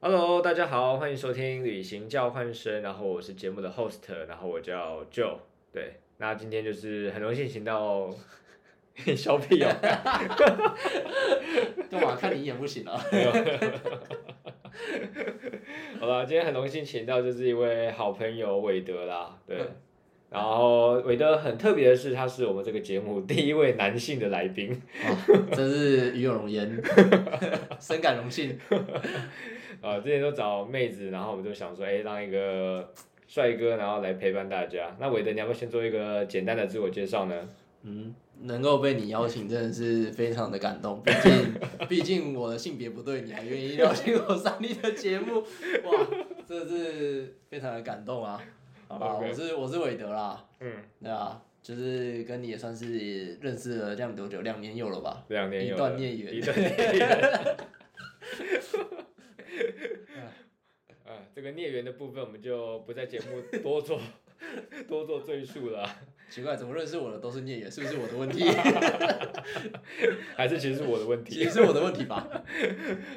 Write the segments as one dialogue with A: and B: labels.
A: Hello，大家好，欢迎收听《旅行交换生》，然后我是节目的 host，然后我叫 Joe。对，那今天就是很荣幸请到 小屁友，
B: 干嘛？看你演不行啊？
A: 好了，今天很荣幸请到就是一位好朋友韦德啦，对。然后韦德很特别的是，他是我们这个节目第一位男性的来宾。
B: 哦真是与有荣焉，深感荣幸。
A: 啊，之前都找妹子，然后我们就想说，哎，让一个帅哥，然后来陪伴大家。那韦德，你要不要先做一个简单的自我介绍呢？
B: 嗯，能够被你邀请，真的是非常的感动。毕竟，毕竟我的性别不对，你还愿意邀请我上你的节目，哇，这是非常的感动啊！好吧
A: OK
B: 我是我是韦德啦，
A: 嗯，
B: 对啊，就是跟你也算是认识了这样多久，两年有了吧？
A: 两年有
B: 一
A: 了
B: 段孽缘
A: 一段孽缘。 嗯，这个孽缘的部分我们就不在节目多做 多做赘述了，
B: 奇怪，怎么认识我的都是孽缘，是不是我的问题？
A: 还是其实是我的问
B: 其
A: 题
B: 实。是我的问题吧？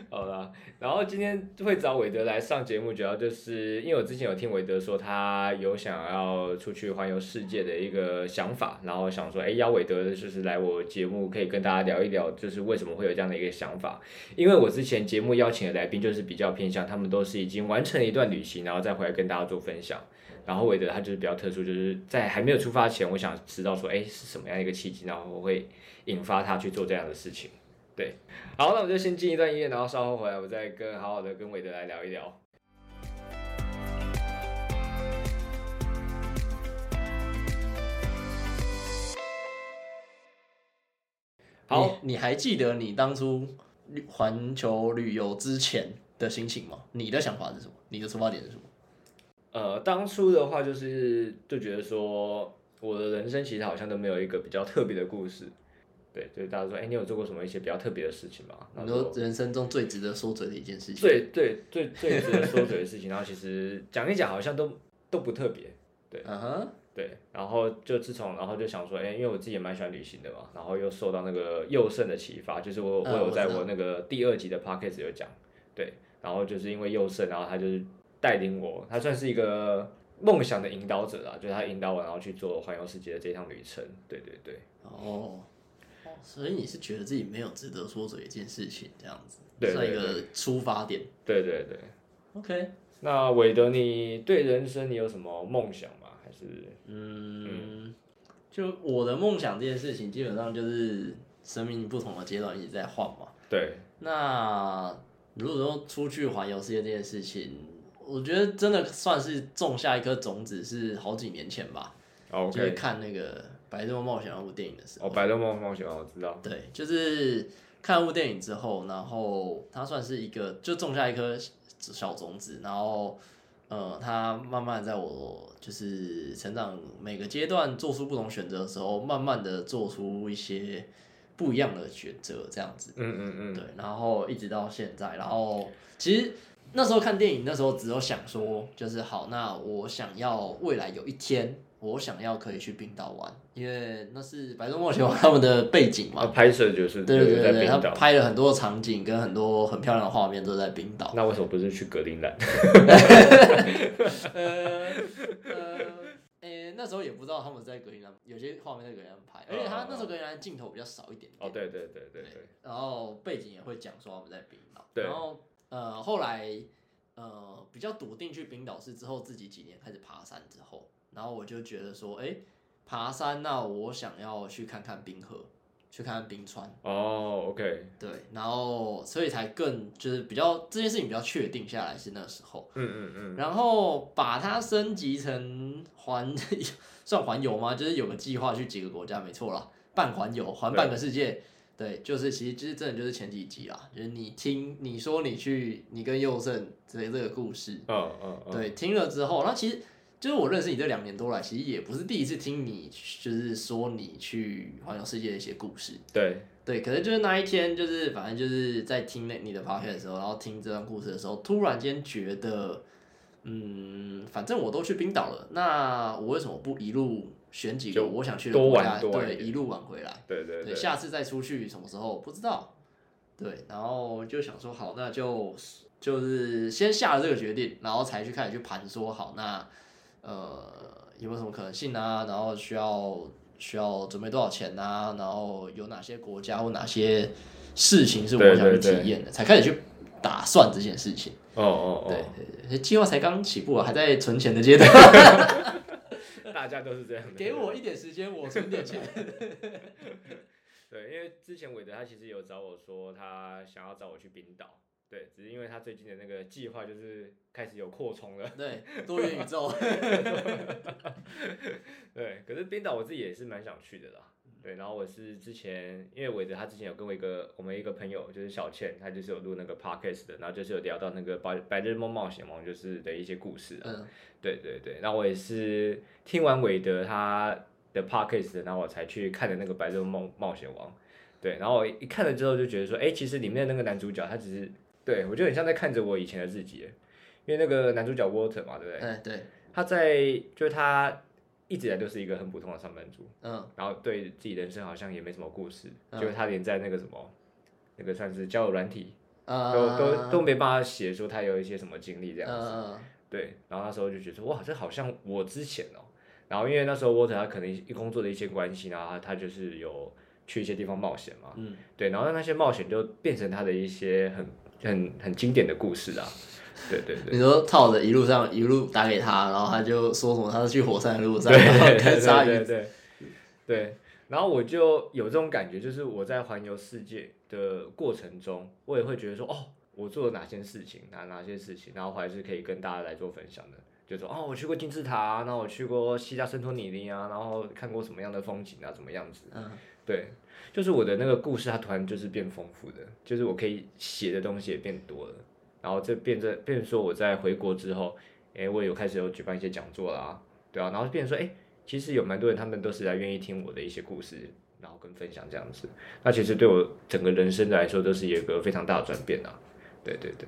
A: 好啦，然后今天会找韦德来上节目，主要就是因为我之前有听韦德说他有想要出去环游世界的一个想法，然后想说，哎，邀韦德就是来我节目，可以跟大家聊一聊，就是为什么会有这样的一个想法。因为我之前节目邀请的来宾就是比较偏向，他们都是已经完成了一段旅行，然后再回来跟大家做分享。然后韦德他就是比较特殊，就是在还没有出发前，我想知道说，哎，是什么样一个契机，然后我会引发他去做这样的事情。好，那我们就先进一段音乐，然后稍后回来，我再跟好好的跟韦德来聊一聊。好，
B: 你，你还记得你当初旅环球旅游之前的心情吗？你的想法是什么？你的出发点是什么？
A: 呃，当初的话就是就觉得说，我的人生其实好像都没有一个比较特别的故事。对，就是大家说，哎、你有做过什么一些比较特别的事情吗？然
B: 你
A: 后
B: 说人生中最值得说嘴的一件事情，
A: 最最最最值得说嘴的事情，然后其实讲一讲好像都都不特别。
B: 嗯哼，
A: 对，然后就自从，然后就想说，哎、因为我自己也蛮喜欢旅行的嘛，然后又受到那个佑胜的启发，就是我、
B: 嗯
A: 我有
B: 我
A: 在
B: 知道
A: 我那个第二集的 podcast 有讲，对，然后就是因为佑胜，然后他就是带领我，他算是一个梦想的引导者啦，就是他引导我，然后去做环游世界的这趟旅程，对对对
B: 哦，所以你是觉得自己没有值得说嘴一件事情，这样子
A: 对
B: 算一
A: 对
B: 个出发点。
A: 对对对。
B: OK，
A: 那韦德，你对人生你有什么梦想吗？还是
B: 嗯，就我的梦想这件事情，基本上就是生命不同的阶段一直在换嘛。
A: 对
B: 那如果说出去环游世界这件事情，我觉得真的算是种下一颗种子，是好几年前吧，
A: 哦
B: 就是
A: ？OK，
B: 看那个《白日梦冒险》那部电影的时候，
A: 哦，白日梦梦想，我知道。
B: 对，就是看那部电影之后，然后它算是一个就种下一颗小种子，然后呃，它慢慢在我就是成长每个阶段做出不同选择的时候，慢慢的做出一些不一样的选择，这样子。
A: 嗯嗯嗯，
B: 对，然后一直到现在，然后其实那时候看电影，那时候只有想说，就是好，那我想要未来有一天，我想要可以去冰岛玩，因为那是白日梦球他们的背景
A: 啊，
B: 嘛。
A: 拍摄就是
B: 对对
A: 就是
B: 对
A: 在
B: 对，他
A: 冰岛。
B: 拍了很多场景跟很多很漂亮的画面都在冰 岛。
A: 那为什么不是去格陵兰？
B: 呃呃，诶，那时候也不知道他们在格陵兰，有些画面在格陵兰拍，而且他那时候格陵兰镜头比较少一点
A: 哦，
B: 点。
A: 对对对对对，
B: 然后背景也会讲说我们在冰岛，
A: 对
B: 然后呃后来呃比较笃定去冰岛是之后自己几年开始爬山之后，然后我就觉得说，哎，爬山那我想要去看看冰河，去看看冰川，
A: 哦，OK，
B: 对，然后所以才更就是比较这件事情比较确定下来是那时候，
A: 嗯嗯嗯，
B: 然后把它升级成环 算环游吗？就是有个计划去几个国家，没错啦，半环游，环半个世界。对，就是其实就是真的就是前几集啦，就是你听你说你去你跟佑胜这这个故事，
A: 嗯嗯嗯，
B: 对，听了之后，那其实就是我认识你这两年多来，其实也不是第一次听你就是说你去环游世界的一些故事，
A: 对，
B: 对，可能就是那一天，就是反正就是在听那你的 p o d 的时候，然后听这段故事的时候，突然间觉得，嗯，反正我都去冰岛了，那我为什么不一路选几个
A: 就
B: 我想去的
A: 多
B: 国
A: 玩
B: 家，
A: 多玩一
B: 对，
A: 点
B: 一路玩回来，
A: 对对
B: 对，下次再出去什么时候不知道，对，然后就想说好，那就就是先下了这个决定，然后才去开始去盘说好那呃有没有什么可能性啊，然后需要需要准备多少钱啊，然后有哪些国家或哪些事情是我
A: 对
B: 想去
A: 对
B: 体
A: 对
B: 验的，才开始去打算这件事情。
A: 哦哦
B: 对
A: 哦，
B: 对对，计划才刚起步啊，还在存钱的阶段。
A: 大家都是这样的。
B: 给我一点时间，我存点钱。
A: 对，因为之前韦德他其实有找我说他想要找我去冰岛，对，只是因为他最近的那个计划就是开始有扩充了，
B: 对，多元宇宙。
A: 对。可是冰岛我自己也是蛮想去的啦，对。然后我是之前因为韦德他之前有跟我一个我们一个朋友就是小倩，她就是有录那个 podcast 的，然后就是有聊到那个白白日梦冒险王就是的一些故事啊，
B: 嗯，
A: 对对对。那我也是听完韦德他的 podcast，然后我才去看的那个《白日梦冒险王》。对，然后我一看了之后就觉得说，哎，其实里面那个男主角他只是，对我就很像在看着我以前的自己耶，因为那个男主角 Walter 嘛，对不对？
B: 哎对，
A: 他在就是他一直以来都是一个很普通的上班族，
B: 嗯
A: 然后对自己人生好像也没什么故事，
B: 嗯
A: 就是他连在那个什么。那个算是交友软体，
B: 啊，
A: 都都都没办法写说他有一些什么经历这样子。
B: 嗯
A: 对，然后那时候就觉得哇，这好像我之前哦。然后因为那时候 Water 他可能一工作的一些关系，然后他他就是有去一些地方冒险嘛，
B: 嗯，
A: 对，然后那些冒险就变成他的一些很很很经典的故事啊，对对对，
B: 你说套着一路上一路打给他，然后他就说什么他是去火山的路上，
A: 对
B: 然后
A: 对
B: 跟鲨
A: 对对
B: 鱼，
A: 对对，然后我就有这种感觉，就是我在环游世界的过程中，我也会觉得说，哦，我做了哪些事情，哪哪些事情，然后还是可以跟大家来做分享的。就说哦，我去过金字塔、啊，然后我去过希腊圣托里尼啊，然后看过什么样的风景啊，怎么样子？
B: 嗯
A: 对，就是我的那个故事，它突然就是变丰富的，就是我可以写的东西也变多了，然后这变成变成说我在回国之后，诶，我有开始有举办一些讲座啦，对啊，然后变成说，诶，其实有蛮多人他们都是来愿意听我的一些故事，然后跟分享这样子，那其实对我整个人生来说都是有一个非常大的转变啊，对对对，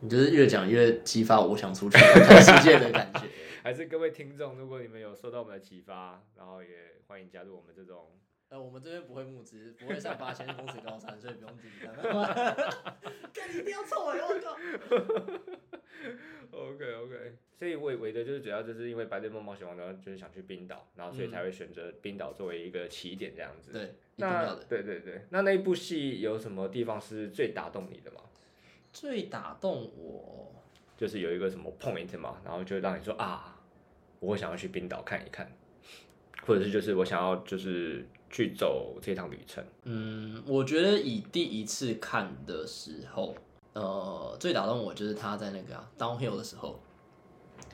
B: 你就是越讲越激发我想出去看世界的 感觉。
A: 还是各位听众，如果你们有受到我们的启发，然后也欢迎加入我们这种。
B: 呃，我们这边不会募资，不会上八千公尺高山，所以不用紧张。 干你一定要凑我，我靠！
A: OK OK，所以韦韦德就是主要就是因为白日梦冒险王呢，就是想去冰岛，然后所以
B: 嗯
A: 才会选择冰岛作为一个起点这样子。
B: 对，一定
A: 那
B: 要的。
A: 对对对，那那一部戏有什么地方是最打动你的吗？
B: 最打动我，
A: 就是有一个什么 point 嘛，然后就让你说啊，我想要去冰岛看一看，或者是就是我想要就是去走这趟旅程。
B: 嗯，我觉得以第一次看的时候，呃，最打动我就是他在那个、啊、downhill 的时候，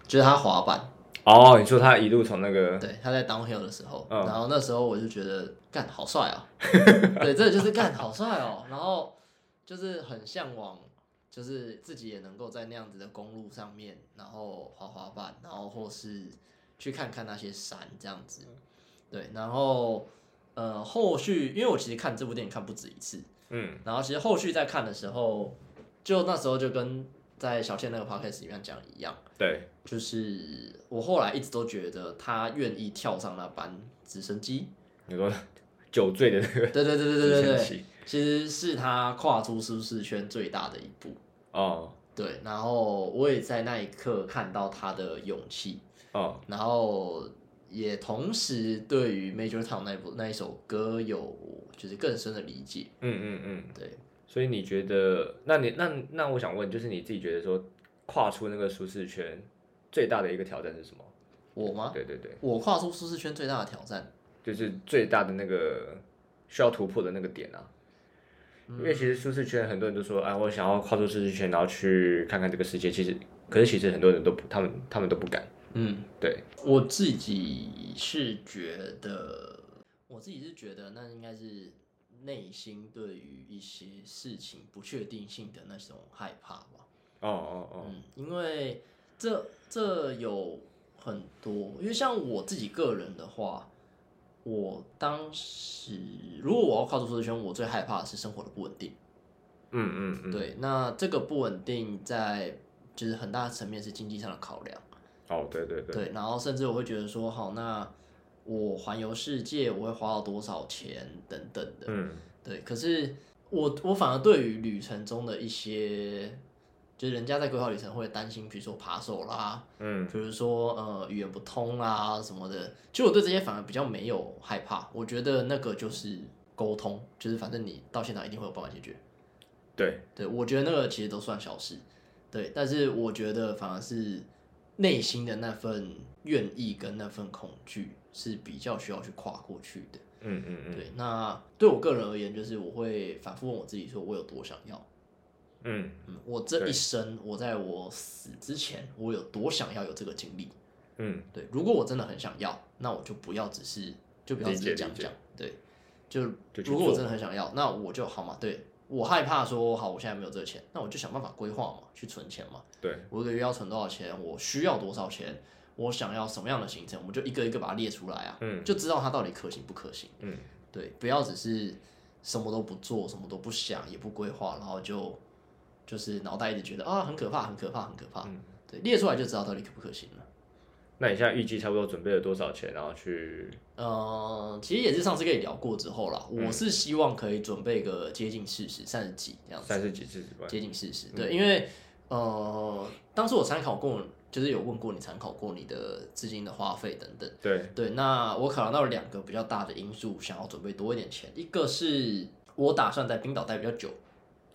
B: 就是他滑板，
A: 哦，你说他一路从那个
B: 对，他在 downhill 的时候，
A: 嗯
B: 然后那时候我就觉得干好帅哦，对，真的就是干好帅哦，然后就是很向往，就是自己也能够在那样子的公路上面，然后滑滑板，然后或是去看看那些山这样子，对，然后呃，后续因为我其实看这部电影看不止一次，
A: 嗯
B: 然后其实后续在看的时候，就那时候就跟在小倩那个 podcast 里面讲的一样，
A: 对
B: 就是我后来一直都觉得他愿意跳上那班直升机，
A: 你说酒醉的那个
B: 对对对对对
A: 直
B: 对
A: 升
B: 对，
A: 机
B: 其实是他跨出舒适圈最大的一步。
A: 哦
B: 对，然后我也在那一刻看到他的勇气，
A: 哦
B: 然后也同时对于 Major Tom 那部那一首歌有就是更深的理解。
A: 嗯嗯嗯。
B: 对，
A: 所以你觉得，那你那那我想问，就是你自己觉得说，跨出那个舒适圈最大的一个挑战是什么？
B: 我吗？
A: 对对对，
B: 我跨出舒适圈最大的挑战，
A: 就是最大的那个需要突破的那个点啊。
B: 嗯
A: 因为其实舒适圈很多人都说，哎，我想要跨出舒适圈，然后去看看这个世界。其实，可是其实很多人都不，他们他们都不敢。
B: 嗯，
A: 对，
B: 我自己是觉得，我自己是觉得那应该是内心对于一些事情不确定性的那种害怕吧。
A: 哦哦哦，
B: 嗯，因为这这有很多，因为像我自己个人的话，我当时如果我要跨出舒适圈，我最害怕的是生活的不稳定。
A: 嗯嗯嗯，，
B: 对，那这个不稳定在就是很大层面是经济上的考量。
A: 哦对对对，
B: 对，然后甚至我会觉得说，好，那我环游世界我会花到多少钱等等的，
A: 嗯
B: 对。可是我我反而对于旅程中的一些就是人家在规划旅程会担心，比如说扒手啦，
A: 嗯
B: 比如说呃语言不通啦什么的。其实我对这些反而比较没有害怕，我觉得那个就是沟通，就是反正你到现场一定会有办法解决。
A: 对，
B: 对，我觉得那个其实都算小事，对。但是我觉得反而是内心的那份愿意跟那份恐惧是比较需要去跨过去的。
A: 嗯嗯嗯
B: 对，那对我个人而言，就是我会反复问我自己，说我有多想要。
A: 嗯，
B: 嗯，我这
A: 对
B: 一生，我在我死之前，我有多想要有这个经历？
A: 嗯，
B: 对，如果我真的很想要，那我就不要只是就不要
A: 理
B: 只
A: 解
B: 是
A: 理
B: 讲
A: 解
B: 讲，对，就
A: 就去
B: 如果我
A: 做
B: 真的很想要，那我就好嘛，对我害怕说好，我现在没有这个钱，那我就想办法规划嘛，去存钱嘛，
A: 对，
B: 我一个月要存多少钱，我需要多少钱，我想要什么样的行程，我们就一个一个把它列出来啊，
A: 嗯
B: 就知道它到底可行不可行。
A: 嗯，
B: 对，不要只是什么都不做，什么都不想，也不规划，然后就就是脑袋一直觉得啊很可怕，很可怕，很可怕。
A: 嗯
B: 对，列出来就知道到底可不可行了。
A: 那你现在预计差不多准备了多少钱，然后去
B: 呃，其实也是上次跟你聊过之后啦，
A: 嗯
B: 我是希望可以准备个接近四十、三十几这样子。
A: 三十几次之外？
B: 接近事实。
A: 嗯
B: 对，因为呃，当时我参考过，就是有问过你参考过你的资金的花费等等。
A: 对，
B: 对，那我考量到了两个比较大的因素，想要准备多一点钱。一个是我打算在冰岛待比较久，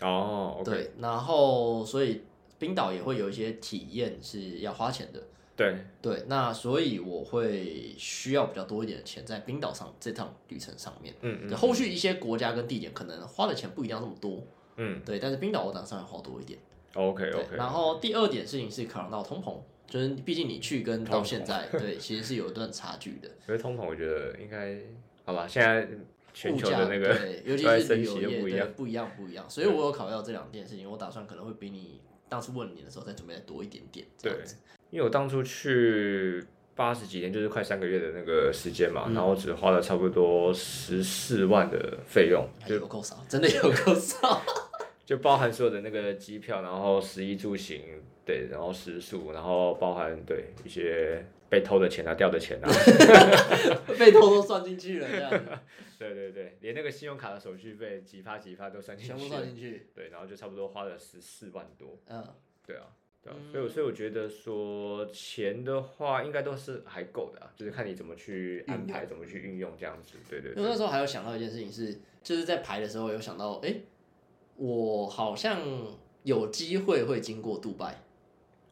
A: 哦，OK，
B: 对，然后所以冰岛也会有一些体验是要花钱的。
A: 对，
B: 对，那所以我会需要比较多一点的钱在冰岛上这趟旅程上面。
A: 嗯
B: 对，
A: 嗯
B: 后续一些国家跟地点可能花的钱不一定要那么多，
A: 嗯
B: 对，但是冰岛我打算要花多一点。
A: ，OK
B: 对，
A: OK，
B: 然后第二点事情是考量到通膨，就是毕竟你去跟到现在，对，其实是有一段差 距的。
A: 因为通膨我觉得应该好吧，现在全
B: 物
A: 球
B: 价
A: 的那个
B: 对，尤其
A: 都在
B: 是
A: 升
B: 旅
A: 息
B: 游
A: 又不
B: 业，
A: 一
B: 对，
A: 样
B: 不一样，不一样。所以我有考虑到这两件事情，我打算可能会比你当初问你的时候再准备再多一点点，这样子。
A: 因为我当初去八十几天，就是快三个月的那个时间嘛，
B: 嗯
A: 然后只花了差不多十四万的费用，
B: 还
A: 就
B: 哎有够少，真的有够少。
A: 就包含所有的那个机票，然后食衣住行，对，然后食宿，然后包含对一些被偷的钱啊、掉的钱啊，
B: 被偷偷算进去了，这样 子，
A: 对对对，连那个信用卡的手续费几发几发都算进
B: 全部
A: 去
B: 算
A: 了，
B: 进去。
A: 对，然后就差不多花了十四万多，
B: 嗯，
A: 对啊。对啊，
B: 嗯
A: 所以我所以我觉得说钱的话，应该都是还够的、啊，就是看你怎么去安排，怎么去运用这样子。对对
B: 因
A: 对
B: 为那时候还有想到一件事情是，就是在排的时候有想到，哎，我好像有机会会经过杜拜。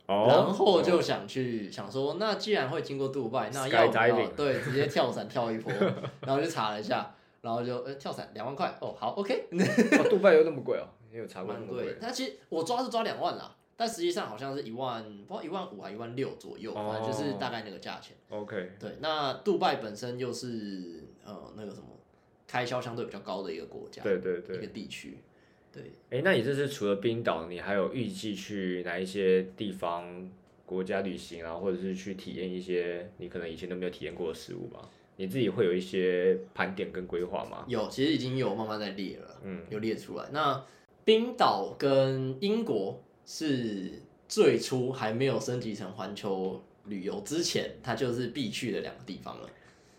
A: 哦，
B: 然后就想去想说，那既然会经过杜拜，那要不要
A: Skydiving
B: 对直接跳伞跳一波？ 然后就查了一下，然后就呃跳伞两万块哦，好 OK，
A: 哦，杜拜有那么贵哦？你有查过那
B: 蛮
A: 么
B: 贵。？那其实我抓是抓两万啦，但实际上好像是一万，不知道一万五还一万六左右，
A: 哦
B: 反正就是大概那个价钱。
A: OK，
B: 对，那杜拜本身又是呃那个什么开销相对比较高的一个国家，
A: 对对
B: 一个
A: 对。
B: 地区，对，
A: 哎，那你这次除了冰岛，你还有预计去哪一些地方、国家旅行啊，或者是去体验一些你可能以前都没有体验过的食物吗？你自己会有一些盘点跟规划吗？
B: 有其实已经有慢慢在列了。
A: 嗯，
B: 有列出来。那冰岛跟英国是最初还没有升级成环球旅游之前，它就是必去的两个地方了。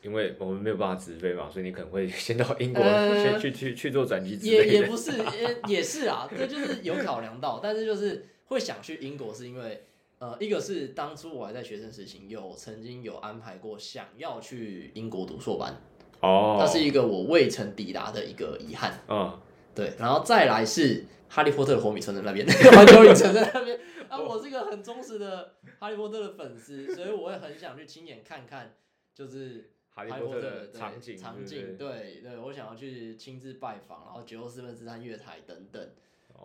A: 因为我们没有办法直飞嘛，所以你可能会 先到英国，
B: 呃
A: 先去去去做转机之
B: 也
A: 类
B: 也
A: 的。
B: 不是，也也是啊，这就是有考量到，但是就是会想去英国，是因为呃，一个是当初我还在学生时期有曾经有安排过想要去英国读硕班，
A: 哦
B: 那，是一个我未曾抵达的一个遗憾。
A: 嗯，
B: 对，然后再来是《哈利波特》的活米村在 那边，环球影城在那边。 啊，我是一个很忠实的《哈利波特》的粉丝，所以我会很想去亲眼看看，就是
A: 哈利
B: 哈利
A: 波
B: 波
A: 特
B: 特
A: 的
B: 对
A: 场景，
B: 场
A: 对不
B: 景，
A: 对
B: 对对，我想要去亲自拜访，然后九又四分之三月台等等，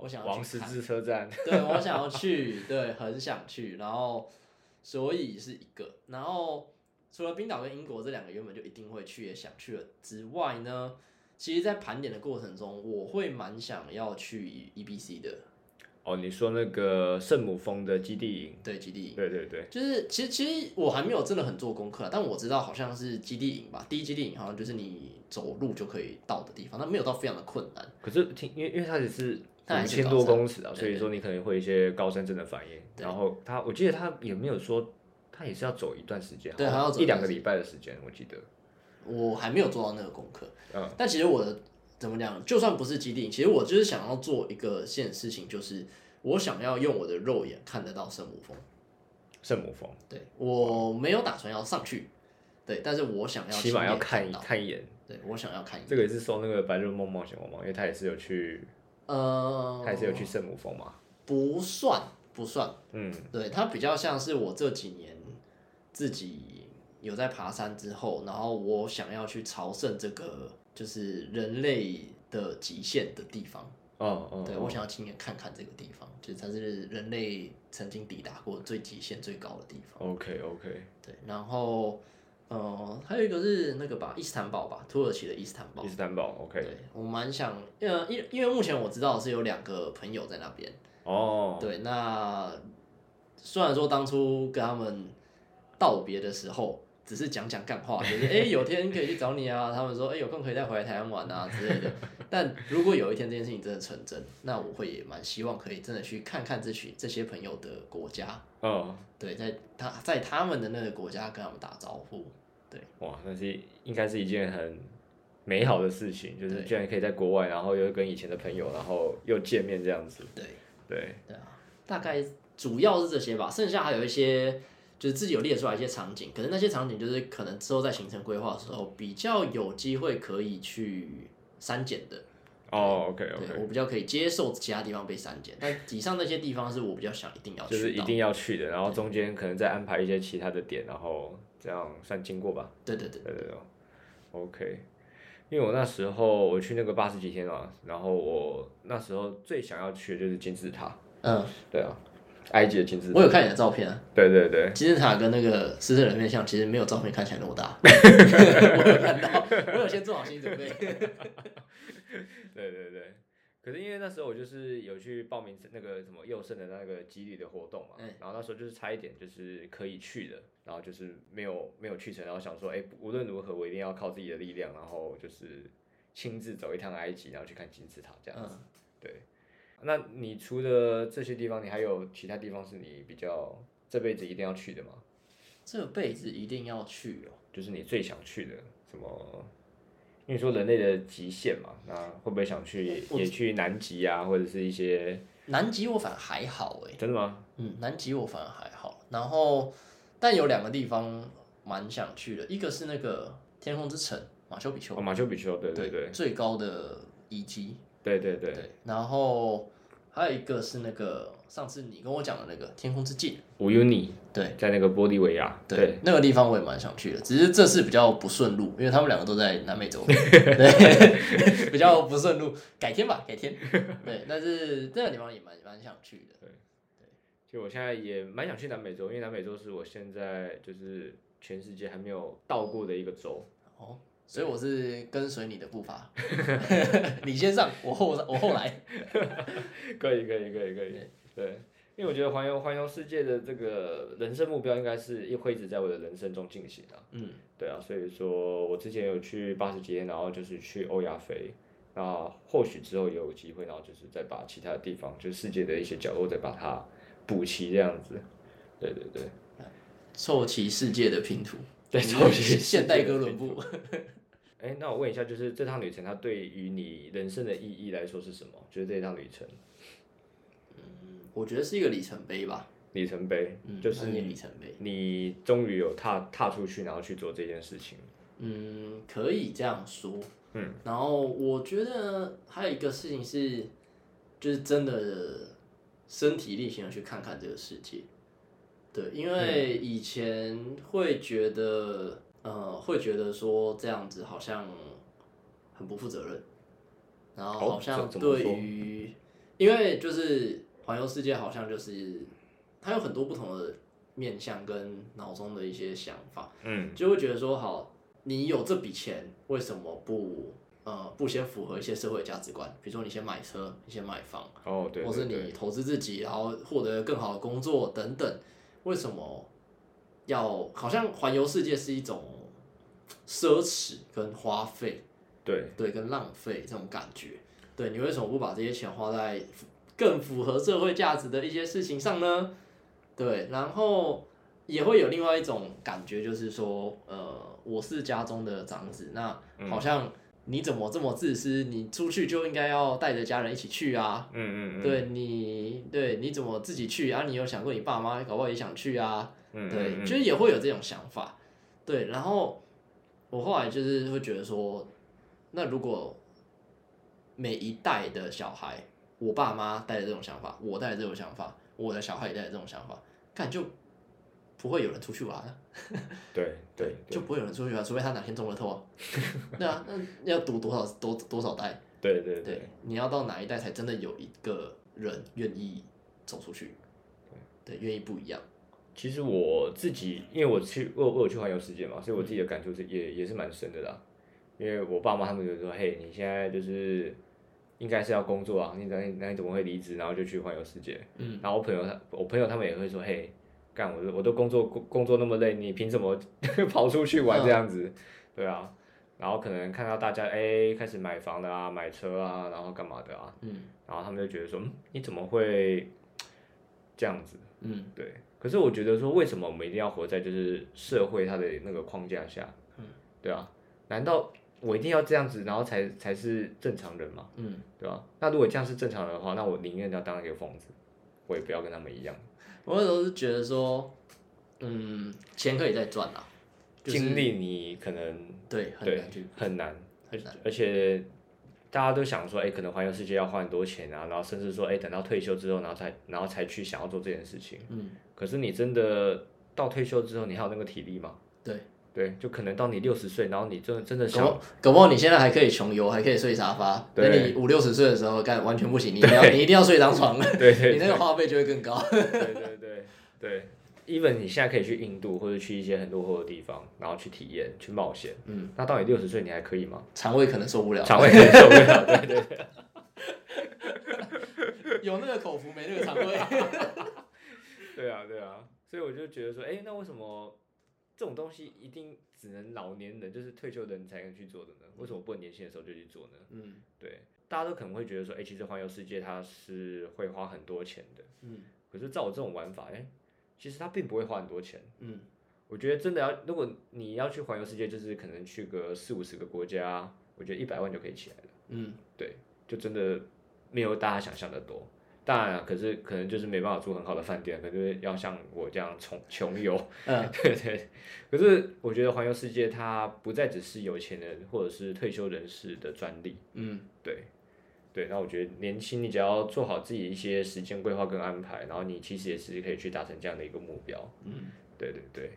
B: 我想要
A: 哦王
B: 去
A: 十
B: 看
A: 字车 站，
B: 对我想要去，对，很想去，然后所以是一个，然后除了冰岛跟英国这两个原本就一定会去也想去了之外呢，其实，在盘点的过程中，我会蛮想要去 EBC 的，
A: 哦，你说那个圣母峰的基地营，
B: 对，基地营，
A: 对对对，
B: 就是其实其实我还没有真的很做功课啊，但我知道好像是基地营吧，第一基地营好像就是你走路就可以到的地方，但没有到非常的困难，
A: 可是听，因为因为它只是
B: 它
A: 五
B: 还是
A: 千
B: 高
A: 多
B: 山
A: 公尺啊，所以说你可能会有一些高山症的反应。
B: 对
A: 然后它，我记得它也没有说，它也是要走一段时间，
B: 对
A: 好像
B: 还要走
A: 一
B: 一段
A: 两个礼拜的时间，我记得。
B: 我还没有做到那个功课。
A: 嗯，
B: 但其实我的怎么讲，就算不是基地，其实我就是想要做一个件事情，就是我想要用我的肉眼看得到圣母峰，
A: 圣母峰，
B: 对我没有打算要上去，对，但是我想要
A: 起码要
B: 亲眼
A: 看一
B: 到，
A: 看一眼。
B: 对我想要看一
A: 这个也是受那个白日梦冒险王嘛，因为他也是有去，
B: 呃，
A: 他也是有去圣母峰嘛。
B: 不算不算，
A: 嗯
B: 对，它比较像是我这几年自己有在爬山之后，然后我想要去朝圣这个就是人类的极限的地方。
A: 哦哦，
B: 对
A: 哦
B: 我想要亲眼看看这个地方，就是它是人类曾经抵达过最极限最高的地方。
A: OK OK，
B: 对，然后呃，还有一个是那个吧，伊斯坦堡吧，土耳其的伊斯坦堡
A: 伊。斯坦堡 OK，
B: 对，我蛮想，呃，因因为目前我知道是有两个朋友在那边。
A: 哦，
B: 对，那虽然说当初跟他们道别的时候，只是讲讲干话，就是哎、诶有天可以去找你啊，他们说哎、诶有空可以再回来台湾玩啊之类的。但如果有一天这件事情真的成真，那我会也蛮希望可以真的去看看这群这些朋友的国家，
A: 嗯，
B: 对，在他在他们的那个国家跟他们打招呼，
A: 哇，那是应该是一件很美好的事情，就是
B: 对
A: 居然可以在国外，然后又跟以前的朋友，然后又见面这样子。
B: 对。
A: 对，
B: 对啊，大概主要是这些吧，剩下还有一些就是自己有列出来一些场景，可是那些场景就是可能之后在行程规划的时候比较有机会可以去删减的，
A: 哦 OK
B: 对
A: OK，
B: 我比较可以接受其他地方被删减，但以上那些地方是我比较想一定要去
A: 就
B: 到，
A: 是一定要去的，然后中间可能再安排一些其他的点，然后这样算经过吧。
B: 对对对，
A: 对对对，OK。因为我那时候我去那个八十几天啊，然后我那时候最想要去的就是金字塔，
B: 嗯，
A: 对啊，埃及的金字塔
B: 我，有看你的照片、啊，
A: 对对对，
B: 金字塔跟那个狮身人面像其实没有照片看起来那 么大，我有看到，我有先做好心理准备，
A: 对对对，可是因为那时候我就是有去报名那个什么佑胜的那个激励的活动嘛，
B: 嗯
A: 然后那时候就是差一点就是可以去的，然后就是没有没有去成，然后想说，哎，无论如何我一定要靠自己的力量，然后就是亲自走一趟埃及，然后去看金字塔这样子。
B: 嗯。
A: 对，那你除了这些地方，你还有其他地方是你比较这辈子一定要去的吗？
B: 这辈子一定要去哦！
A: 就是你最想去的什么？因为说人类的极限嘛，那会不会想去
B: 我
A: 也去南极啊，或者是一些
B: 南极我反而还好哎，
A: 真的吗？
B: 嗯，南极我反而还好，然后但有两个地方蛮想去的，一个是那个天空之城马丘比丘
A: 哦，，马丘比丘，对对对
B: 最高的遗迹，
A: 对对对，
B: 对，然后还有一个是那个上次你跟我讲的那个天空之镜，
A: 五 uni
B: 对
A: 在那个玻利维亚，
B: 对，那个地方我也蛮想去的，只是这次比较不顺路，因为他们两个都在南美 洲，对， 比较不顺路，改天吧，改天，对，但是那个地方也蛮蛮想去的，
A: 就我现在也蛮想去南美洲，因为南美洲是我现在就是全世界还没有到过的一个洲。
B: 哦，所以我是跟随你的步伐， 你先上，我后我后来。
A: 可以可以可以可以，对，因为我觉得环游环游世界的这个人生目标应该是一会一直在我的人生中进行啊。
B: 嗯，
A: 对啊，所以说我之前有去八十几天，然后就是去欧亚非，那或许之后也有机会，然后就是再把其他的地方，就是世界的一些角落再把它补齐这样子。对对对，
B: 凑齐世界的拼图，
A: 对
B: 嗯
A: 凑齐世界的
B: 现代哥伦布。
A: 哎，那我问一下，就是这趟旅程它对于你人生的意义来说是什么？就是这趟旅程
B: 嗯我觉得是一个里程碑吧，
A: 里程碑，
B: 嗯，
A: 就是
B: 一个里
A: 你
B: 程碑。
A: 你终于有踏踏出去，然后去做这件事情。
B: 嗯，可以这样说。
A: 嗯，
B: 然后我觉得还有一个事情是，就是真的身体力行的去看看这个世界。对，因为以前会觉得，呃，会觉得说这样子好像很不负责任，然后
A: 哦
B: 好像
A: 这怎么
B: 对
A: 说
B: 于，因为就是环游世界，好像就是它有很多不同的面向跟脑中的一些想法，
A: 嗯
B: 就会觉得说，好，你有这笔钱，为什么不呃不先符合一些社会价值观？比如说你先买车，你先买房，
A: 哦，对
B: 或是
A: 对对
B: 你，投资自己，然后获得更好的工作等等，为什么要好像环游世界是一种奢侈跟花费，
A: 对，
B: 对，跟浪费这种感觉。对，你为什么不把这些钱花在符更符合社会价值的一些事情上呢？对，然后也会有另外一种感觉，就是说，呃，我是家中的长子，那好像你怎么这么自私？你出去就应该要带着家人一起去啊。
A: 嗯嗯嗯，
B: 对你，对你怎么自己去啊？你有想过你爸妈搞不好也想去啊？
A: 嗯，嗯
B: 对，
A: 嗯
B: 就是也会有这种想法。对，然后我后来就是会觉得说，那如果每一代的小孩，我爸妈带着这种想法，我带着这种想法，我的小孩也带着这种想法，看就不会有人出去玩了。
A: 对对
B: 就
A: 对
B: 不会有人出去玩，除非他哪天中了头啊。 对啊，那要赌多少多多少代？
A: 对嗯对对
B: 对，你要到哪一代才真的有一个人愿意走出去？对，愿意不一样。
A: 其实我自己，因为我去我我有去环游世界嘛，所以我自己的感触是也也是蛮深的啦。因为我爸妈他们就说：“嘿，你现在就是应该是要工作啊，你怎那你怎么会离职，然后就去环游世界？”
B: 嗯，
A: 然后我朋友他我朋友他们也会说：“嘿，干我都我都工作工工作那么累，你凭什么 跑出去玩这样子？” 对啊，然后可能看到大家哎、开始买房的啊，买车啊，然后干嘛的啊，
B: 嗯
A: 然后他们就觉得说：“嗯，你怎么会这样子？”
B: 嗯
A: 对，可是我觉得说，为什么我们一定要活在就是社会它的那个框架下？
B: 嗯，
A: 对啊，难道我一定要这样子，然后才才是正常人吗？
B: 嗯，
A: 对吧、那如果这样是正常人的话，那我宁愿要当一个疯子，我也不要跟他们一样，
B: 我那时候是觉得说，嗯，钱可以再赚啦，就是
A: 经历你可能
B: 对很
A: 对
B: 难去，
A: 很难，而
B: 很难
A: 而且。大家都想说，哎、可能环游世界要花很多钱啊，然后甚至说，哎、等到退休之后，然后才然后才去想要做这件事情。
B: 嗯，
A: 可是你真的到退休之后，你还有那个体力吗？
B: 对。哦
A: 对，就可能到你六十岁，然后你真的真的
B: 搞不
A: 想
B: 好搞不好你现在还可以穷游，还可以睡沙发，等
A: 对
B: 你五六十岁的时候，干完全不行，你一定要你一定要睡张床，
A: 对
B: 你
A: 对
B: 那个花费就会更高。
A: 对对对对，even 你现在可以去印度或者去一些很落后的地方，然后去体验、去冒险。
B: 嗯，
A: 那到你六十岁，你还可以 吗？
B: 肠胃可能受不了，
A: 肠胃可能受不了，对对对
B: 有那个口福没那个肠胃。
A: 对啊对啊。所以我就觉得说，哎、那为什么这种东西一定只能老年人，就是退休的人才能去做的呢？为什么不能年轻的时候就去做呢？
B: 嗯
A: 对，大家都可能会觉得说，哎、其实环游世界它是会花很多钱的。
B: 嗯
A: 可是照我这种玩法，哎、其实它并不会花很多钱。
B: 嗯
A: 我觉得真的要，如果你要去环游世界，就是可能去个四五十个国家，我觉得一百万就可以起来了，
B: 嗯
A: 就真的没有大家想象的多。当然、啊，可是可能就是没办法住很好的饭店，可是要像我这样穷穷游，
B: 嗯
A: 对对。可是我觉得环游世界它不再只是有钱人或者是退休人士的专利，
B: 嗯
A: 对对。那我觉得年轻，你只要做好自己一些时间规划跟安排，然后你其实也是可以去达成这样的一个目标。
B: 嗯，
A: 对对对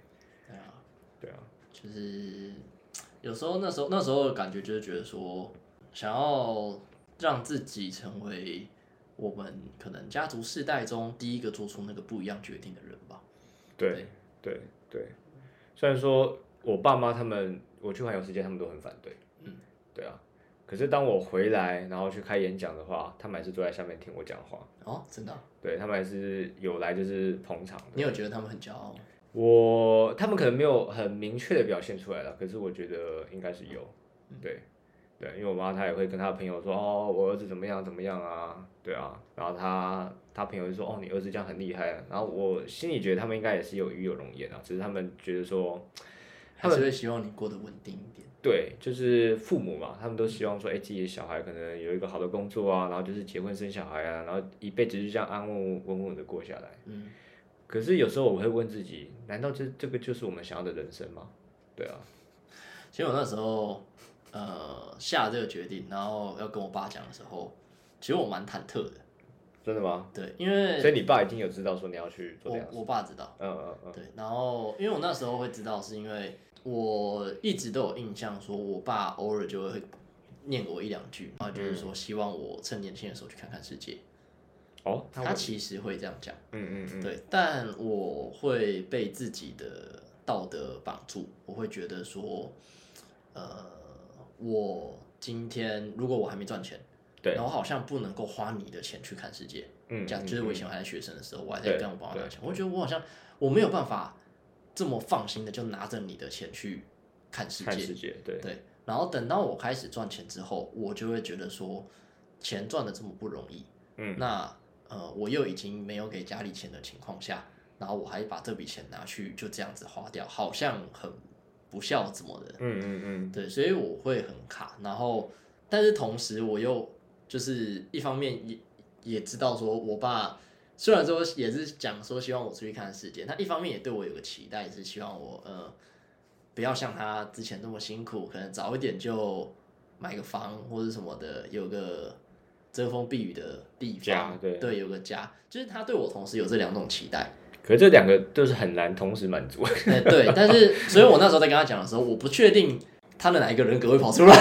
B: 对啊，
A: 对啊，
B: 就是有时候那时候那时候的感觉就是觉得说，想要让自己成为我们可能家族世代中第一个做出那个不一样决定的人吧。
A: 对。对对，虽然说我爸妈他们，我去环游世界，他们都很反对，
B: 嗯，
A: 对啊。可是当我回来，然后去开演讲的话，他们还是坐在下面听我讲话，
B: 哦，真的啊、
A: 对他们还是有来就是捧场
B: 你
A: 的。
B: 有觉得他们很骄傲吗？
A: 我他们可能没有很明确的表现出来了，可是我觉得应该是有，对对，因为我妈她也会跟她的朋友说，哦，我儿子怎么样怎么样啊，对啊，然后她她朋友就说，哦，你儿子这样很厉害啊，然后我心里觉得他们应该也是有鱼有龙焉啊，只是他们觉得说。
B: 还是会希望你过得稳定一点。
A: 对，就是父母嘛，他们都希望说，哎、自己的小孩可能有一个好的工作啊，然后就是结婚生小孩啊，然后一辈子就这样安安稳稳稳的过下来。
B: 嗯，
A: 可是有时候我会问自己，难道这这个就是我们想要的人生吗？对啊，
B: 其实我那时候呃下这个决定，然后要跟我爸讲的时候，其实我蛮忐忑的。
A: 真的吗？
B: 对，因为
A: 所以你爸已经有知道说你要去做
B: 我
A: 这样子，
B: 我爸知道。
A: 嗯嗯嗯，
B: 对，然后因为我那时候会知道，是因为我一直都有印象，说我爸偶尔就会念我一两句，然后就是说
A: 嗯
B: 希望我趁年轻的时候去看看世界。
A: 哦，那我
B: 他其实会这样讲，
A: 嗯嗯嗯，
B: 对，但我会被自己的道德绑住，我会觉得说，呃，我今天如果我还没赚钱，
A: 对
B: 然后好像不能够花你的钱去看世界，
A: 嗯，
B: 这
A: 嗯
B: 样就是我以
A: 嗯
B: 前还在学生的时候，我还在
A: 对
B: 跟我爸妈
A: 对
B: 拿钱，我觉得我好像我没有办法这么放心的就拿着你的钱去看世
A: 看
B: 界
A: 世，界，对
B: 对。然后等到我开始赚钱之后，我就会觉得说，钱赚的这么不容易，
A: 嗯
B: 那呃我又已经没有给家里钱的情况下，然后我还把这笔钱拿去就这样子花掉，好像很不不孝怎么的，
A: 嗯嗯嗯，
B: 对，所以我会很卡，然后但是同时我又就是一方面也也知道说我爸虽然说也是讲说希望我出去看世界，他一方面也对我有个期待，是希望我呃不要像他之前那么辛苦，可能早一点就买个房或者什么的，有个遮风避雨的地
A: 家
B: 方，
A: 对
B: 有个家，就是他对我同时有这两种期待，
A: 可是这两个都是很难同时满足。
B: 哎，对，但是，所以我那时候在跟他讲的时候，我不确定他的哪一个人格会跑出来，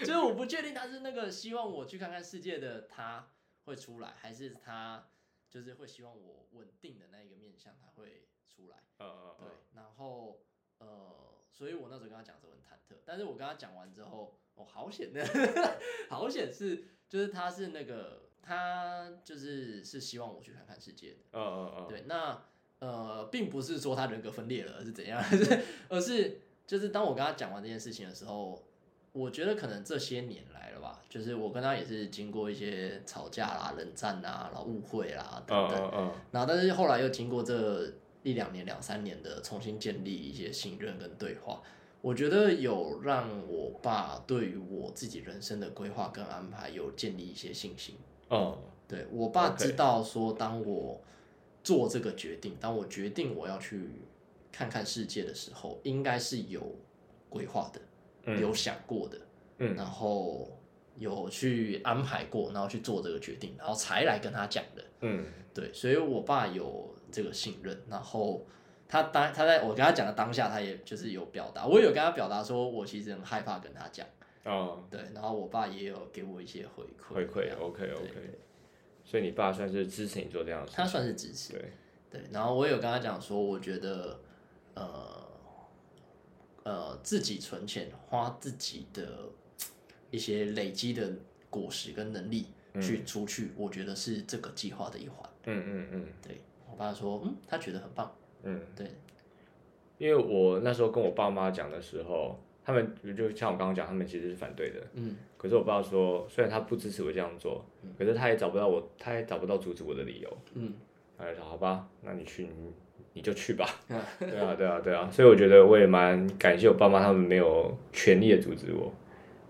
B: 就是我不确定他是那个希望我去看看世界的他会出来，还是他就是会希望我稳定的那一个面向他会出来。
A: 嗯
B: 对，然后呃，所以我那时候跟他讲的时候很忐忑，但是我跟他讲完之后，哦，好险呢， 好险是就是他是那个他就是是希望我去看看世界的。
A: 嗯嗯嗯，
B: 对，那呃，并不是说他人格分裂了是怎样， 而是而是就是当我跟他讲完这件事情的时候，我觉得可能这些年来了吧，就是我跟他也是经过一些吵架啦、冷战啦、然后误会啦等
A: 嗯
B: 等，
A: 嗯嗯，
B: 然后但是后来又经过这一两年、两三年的重新建立一些信任跟对话，我觉得有让我爸对于我自己人生的规划跟安排有建立一些信心。
A: 嗯
B: 对我爸
A: OK
B: 知道说，当我做这个决定，当我决定我要去看看世界的时候，应该是有规划的，有
A: 嗯
B: 想过的，
A: 嗯
B: 然后有去安排过，然后去做这个决定，然后才来跟他讲的。
A: 嗯
B: 对，所以我爸有这个信任，然后他当他在我跟他讲的当下，他也就是有表达，我也有跟他表达说我其实很害怕跟他讲，
A: 哦，
B: 对，然后我爸也有给我一些回馈，
A: 回馈
B: 这样
A: OK
B: 对
A: OK，所以你爸算是支持你做这样的事情，
B: 他算是支持，
A: 对，
B: 对，然后我有跟他讲说，我觉得，呃，呃，自己存钱，花自己的一些累积的果实跟能力去出去，我觉得是这个计划的一环。
A: 嗯嗯嗯
B: 对我爸说，嗯，他觉得很棒。
A: 嗯。
B: 对，
A: 因为我那时候跟我爸妈讲的时候，他们就像我刚刚讲，他们其实是反对的。
B: 嗯
A: 可是我爸说，虽然他不支持我这样做，可是他也找不到我，他也找不到阻止我的理由。
B: 嗯，
A: 然后就说好吧，那你去你你就去吧。
B: 嗯
A: 对啊，对啊，对啊。所以我觉得我也蛮感谢我爸妈，他们没有全力的阻止我。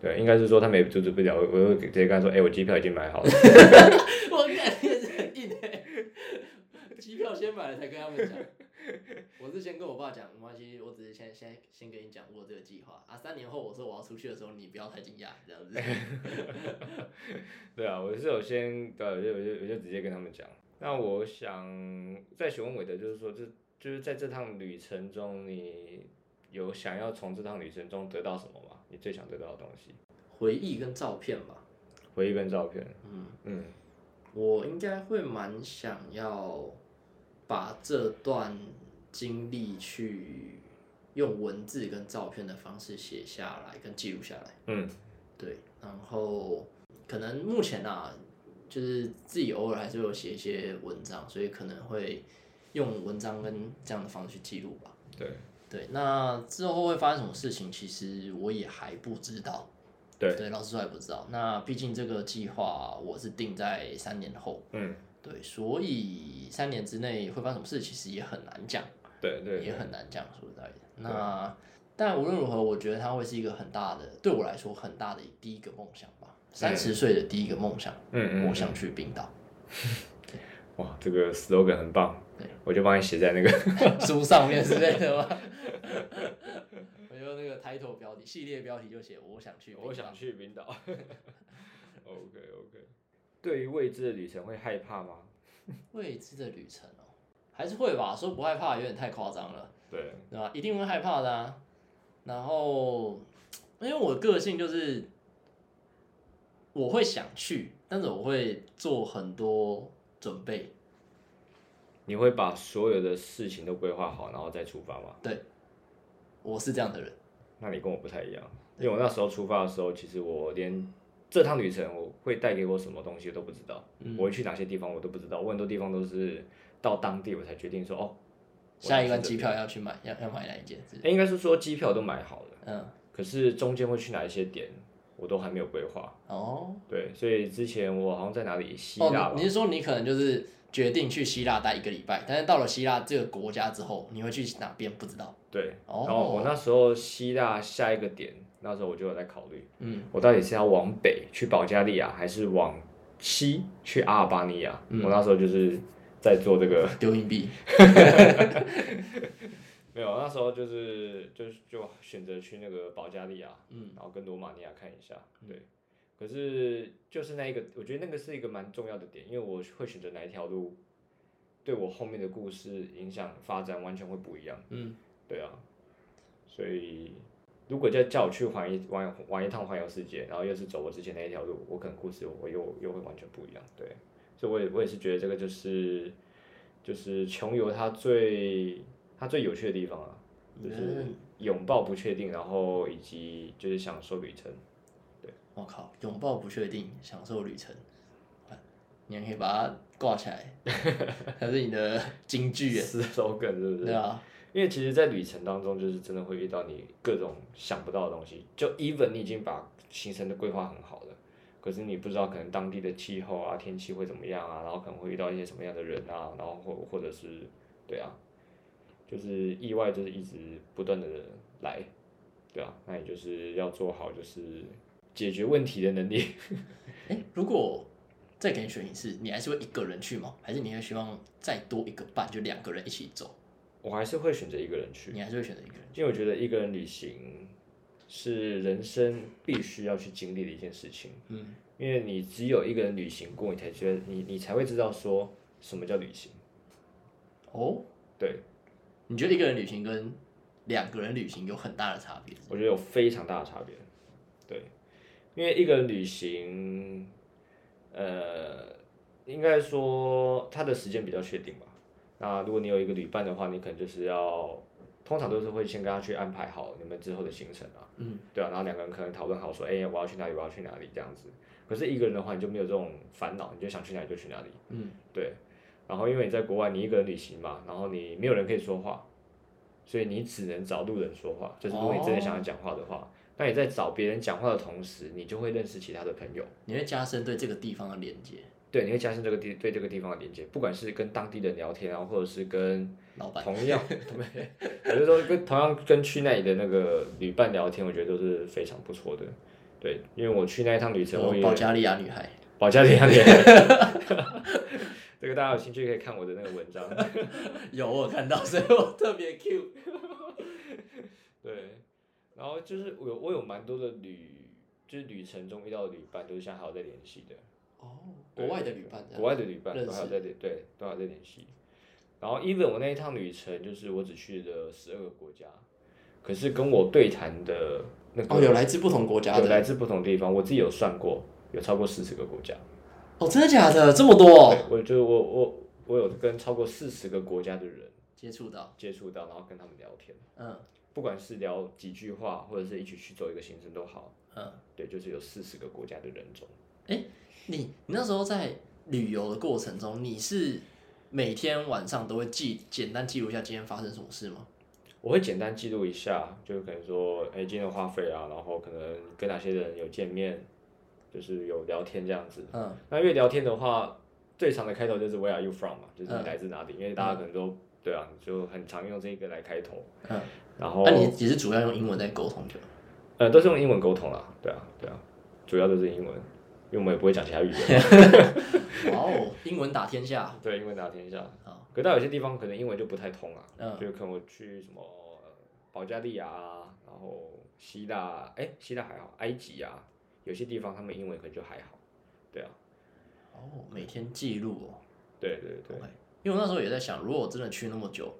A: 对，应该是说他们也阻止不了我，我就直接跟他说，哎、我机票已经买好了。
B: 我感觉是很硬哎、 机票先买了才跟他们讲。我是先跟我爸讲，没关系，我只是先先先跟你讲我有这个计划啊。三年后我说我要出去的时候，你不要太惊讶，这样子。
A: 对啊，我是有先，对，我就我就我就直接跟他们讲。那我想再询问韦德，就是说，这就是在这趟旅程中，你有想要从这趟旅程中得到什么吗？你最想得到的东西？
B: 回忆跟照片吧。
A: 回忆跟照片。
B: 嗯，
A: 嗯
B: 我应该会蛮想要把这段经历去用文字跟照片的方式写下来，跟记录下来。
A: 嗯
B: 对，然后可能目前啊，就是自己偶尔还是有写一些文章，所以可能会用文章跟这样的方式去记录吧。
A: 对
B: 对，那之后会发生什么事情，其实我也还不知道。
A: 对
B: 对，老实说还不知道。那毕竟这个计划我是定在三年后，
A: 嗯，
B: 对，所以三年之内会发生什么事，其实也很难讲，
A: 对对
B: 也很难讲，说实在的。那但无论如何，我觉得它会是一个很大的，对我来说很大的第一个梦想吧。三十岁的第一个梦想，
A: 嗯嗯，
B: 我想去冰岛，
A: 哇，这个 slogan 很棒
B: 对，
A: 我就帮你写在那个
B: 书上面之类的吗？ 我就那个 title 标题、系列标题就写“我想去”，
A: 我想。去冰岛。OK OK。对于未知的旅程会害怕吗？
B: 未知的旅程哦，还是会吧。说不害怕有点太夸张了，
A: 对，
B: 对吧？一定会害怕的啊。然后，因为我个性就是，我会想去，但是我会做很多准备。
A: 你会把所有的事情都规划好，然后再出发吗？
B: 我是这样的人，
A: 那你跟我不太一样，因为我那时候出发的时候，其实我连这趟旅程我会带给我什么东西都不知道，
B: 嗯
A: 我会去哪些地方我都不知道，我很多地方都是到当地我才决定说哦，我
B: 下一
A: 要
B: 关
A: 去
B: 机票要去买，要要买哪一件？是
A: 这，诶应该是说机票都买好了，
B: 嗯，
A: 可是中间会去哪一些点我都还没有规划，
B: 哦，
A: 对，所以之前我好像在哪里希腊
B: 哦，
A: 吧
B: 你，是说你可能就是决定去希腊待一个礼拜，但是到了希腊这个国家之后，你会去哪边不知道。
A: 对，
B: 哦
A: 然后我那时候希腊下一个点，那时候我就有在考虑，
B: 嗯
A: 我到底是要往北去保加利亚，还是往西去阿尔巴尼亚？
B: 嗯
A: 我那时候就是在做这个，
B: 丢硬币。
A: 没有，那时候就是就是就选择去那个保加利亚，
B: 嗯
A: 然后跟罗马尼亚看一下，对。可是就是那一个，我觉得那个是一个蛮重要的点，因为我会选择哪一条路，对我后面的故事影响发展完全会不一样。
B: 嗯，
A: 对啊，所以如果再叫我去环一玩玩一趟环游世界，然后又是走我之前那一条路，我可能故事我又又会完全不一样。对，所以我也我也是觉得这个就是就是穷游它最它最有趣的地方啊，就是
B: 嗯
A: 拥抱不确定，然后以及就是享受旅程。
B: 我靠，拥抱不确定，享受旅程。啊你还可以把它挂起 来，它是你的金句 耶。
A: 是首梗是不
B: 对
A: 是？
B: 啊，
A: 因为其实，在旅程当中，就是真的会遇到你各种想不到的东西。就 even 你已经把行程的规划很好了，可是你不知道可能当地的气候啊、天气会怎么样啊，然后可能会遇到一些什么样的人啊，然后或或者是对啊，就是意外，就是一直不断的来，对啊，那你就是要做好就是解决问题的能力。
B: 哎、如果再给你选一次，你还是会一个人去吗？还是你会希望再多一个伴，就两个人一起走？
A: 我还是会选择一个人去，
B: 你还是会选择一个人？
A: 因为我觉得一个人旅行是人生必须要去经历的一件事情。
B: 嗯
A: 因为你只有一个人旅行过，你才觉得你你才会知道说什么叫旅行。
B: 哦，
A: 对
B: 你觉得一个人旅行跟两个人旅行有很大的差别？
A: 我觉得有非常大的差别。对，因为一个人旅行，呃，应该说他的时间比较确定吧。那如果你有一个旅伴的话，你可能就是要，通常都是会先跟他去安排好你们之后的行程啊。
B: 嗯，
A: 对啊，然后两个人可能讨论好说，哎、我要去哪里，我要去哪里这样子。可是一个人的话，你就没有这种烦恼，你就想去哪里就去哪里。
B: 嗯，
A: 对。然后因为你在国外，你一个人旅行嘛，然后你没有人可以说话，所以你只能找路人说话。就是如果你真的想要讲话的话，那你在找别人讲话的同时，你就会认识其他的朋友。
B: 你会加深对这个地方的连接。
A: 对，你会加深这个地对这个地方的连接，不管是跟当地人聊天啊，然后或者是跟
B: 老板，
A: 同样，对，我就说跟同样跟去那里的那个旅伴聊天，我觉得都是非常不错的。对，因为我去那一趟旅程，我
B: 有
A: 也
B: 哦保加利亚女孩，
A: 保加利亚联，这个大家有兴趣可以看我的那个文章。
B: 有我有看到，所以我特别 Q。
A: 对，然后就是我有我有蛮多的旅，就是旅程中遇到的旅伴，都是现在还有在联系的。
B: 哦，
A: 对
B: 国外的旅伴，
A: 国外的旅伴
B: 认
A: 都还有
B: 识
A: 在联，对，都还有在联系。然后，even 我那一趟旅程，就是我只去了十二个国家，可是跟我对谈的那个
B: 哦，有来自不同国家
A: 有来
B: 的，
A: 自不同地方，我自己有算过，有超过四十个国家。
B: 哦，真的假的？这么多哦
A: 对，我就我我我有跟超过四十个国家的人
B: 接触到，
A: 接触到，然后跟他们聊天，
B: 嗯
A: 不管是聊几句话，或者是一起去走一个行程都好。
B: 嗯，
A: 对，就是有四十个国家的人种。
B: 你你那时候在旅游的过程中，你是每天晚上都会记简单记录一下今天发生什么事吗？
A: 我会简单记录一下，就是可能说，哎，今天的花费啊，然后可能跟哪些人有见面，就是有聊天这样子。
B: 嗯，
A: 那因为聊天的话，最常的开头就是 Where are you from 嘛，就是你
B: 嗯
A: 来自哪里，因为大家可能都对啊，就很常用这个来开头。
B: 嗯，
A: 然后
B: 那、你也是主要用英文在沟通就，
A: 呃，都是用英文沟通啦，对啊，对啊，主要都是英文，因为我们也不会讲其他语 言嘛。
B: 哇哦，英文打天下，
A: 对，英文打天下。
B: 好，
A: 可到有些地方可能英文就不太通啊，
B: 嗯
A: 就可能我去什么呃保加利亚啊，然后希腊，哎，希腊还好，埃及啊，有些地方他们英文可能就还好，对啊，
B: 哦，每天记录哦。
A: 对对对
B: OK，因为我那时候也在想，如果我真的去那么久，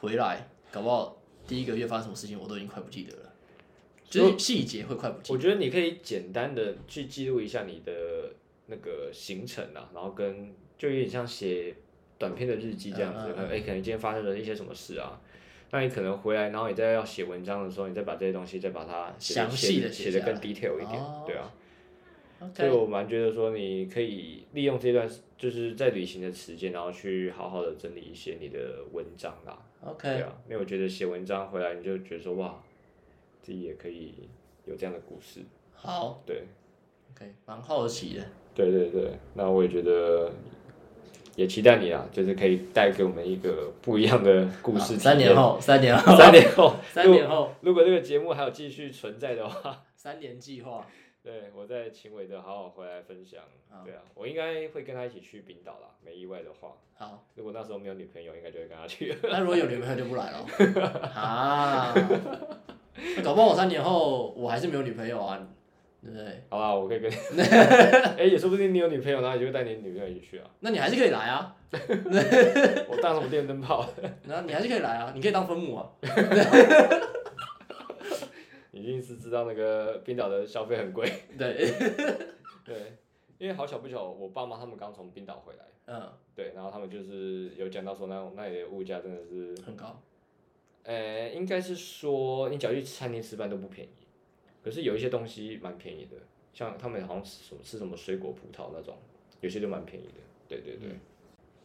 B: 回来搞不好第一个月发生什么事情我都已经快不记得了，就
A: 所
B: 是细节会快不记
A: 我
B: 得。
A: 觉得你可以简单的去记录一下你的那个行程啊，然后跟就有点像写短篇的日记这样子
B: 嗯嗯，
A: 哎、诶可能今天发生了一些什么事啊。那你可能回来，然后你再要写文章的时候，你再把这些东西再把它写得
B: 详细地
A: 写
B: 写
A: 的
B: 下
A: 更
B: 来
A: detail 一点，
B: 哦
A: 对啊。所以
B: OK，
A: 我蛮觉得说，你可以利用这段就是在旅行的时间，然后去好好的整理一些你的文章啦。对
B: OK，
A: 啊，因为我觉得写文章回来，你就觉得说哇，自己也可以有这样的故事。
B: 好
A: 对，
B: ，OK，蛮好奇的。
A: 对对对，那我也觉得也期待你啊，就是可以带给我们一个不一样的故事、
B: 啊三年，后，三年 后，
A: 三年后，
B: 三年后，
A: 如果这个节目还有继续存在的话，
B: 三年计划。
A: 对我再请韦德好好回来分享。
B: 好
A: 对啊，我应该会跟他一起去冰岛啦，没意外的话。
B: 好，
A: 如果那时候没有女朋友，应该就会跟他去。
B: 那如果有女朋友就不来了。啊，那搞不好我三年后我还是没有女朋友啊，对不对？
A: 好啦，我可以跟你， 哎、也说不定你有女朋友，然后你就带你女朋友一起去啊。
B: 那你还是可以来啊，
A: 我当什么电灯泡？
B: 那你还是可以来啊，你可以当分母啊。
A: 一定是知道那个冰岛的消费很贵。
B: 对，
A: 对，因为好巧不巧，我爸妈他们刚从冰岛回来，
B: 嗯，
A: 对，然后他们就是有讲到说那种那里的物价真的是，
B: 很高。
A: 呃，应该是说你只要去餐厅吃饭都不便宜，可是有一些东西蛮便宜的，像他们好像吃什么吃什么水果、葡萄那种，有些就蛮便宜的。对对对。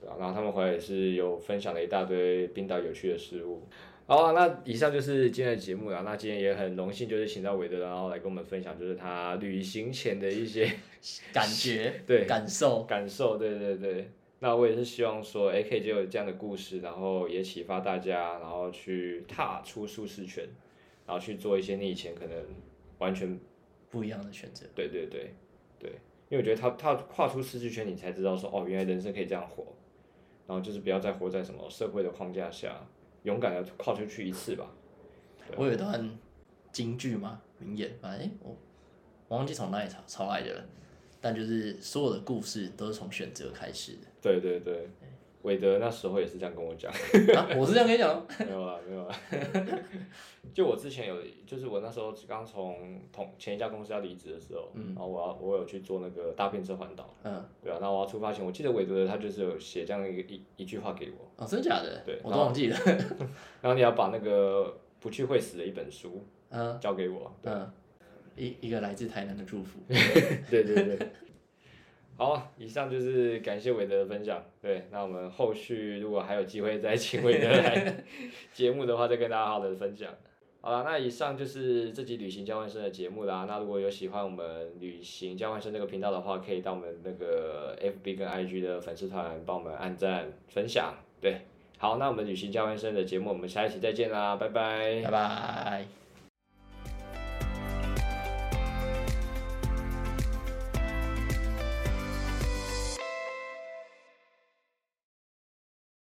A: 对啊，然后他们回来也是有分享了一大堆冰岛有趣的事物。好啊，那以上就是今天的节目了。那今天也很荣幸，就是请到韦德，然后来跟我们分享，就是他旅行前的一些
B: 感觉
A: 对
B: 感受，
A: 感受，对对对。那我也是希望说，哎，可以借由这样的故事，然后也启发大家，然后去踏出舒适圈，然后去做一些你以前可能完全
B: 不一样的选择。
A: 对对对对，因为我觉得他他跨出舒适圈，你才知道说，哦，原来人生可以这样活，然后就是不要再活在什么社会的框架下，勇敢的跨出去一次吧。对
B: 我有一段京剧嘛，名言，反正、诶我我忘记从哪里抄抄来的了，但就是所有的故事都是从选择开始的。
A: 对对对，韦德那时候也是这样跟我讲。
B: 啊，我是这样跟你讲吗，
A: 没有啊，没有啊。就我之前有，就是我那时候刚从同前一家公司要离职的时候，然后我要我有去做那个大片车环岛，
B: 嗯，
A: 对啊，那我要出发前，我记得韦德他就是有写这样一个一一句话给我，
B: 哦，真的假的？
A: 对
B: 我都忘记了。
A: 然后你要把那个不去会死的一本书
B: 嗯
A: 交给我，对啊
B: 嗯，一一个来自台南的祝福。
A: 对对对。好，以上就是感谢韦德的分享。对，那我们后续如果还有机会再请韦德 来节目的话，再跟大家好好的分享。好了，那以上就是这集旅行交换生的节目啦。那如果有喜欢我们旅行交换生这个频道的话，可以到我们那个 FB 跟 IG 的粉丝团帮我们按赞分享。对，好，那我们旅行交换生的节目，我们下一期再见啦，拜拜
B: 拜拜。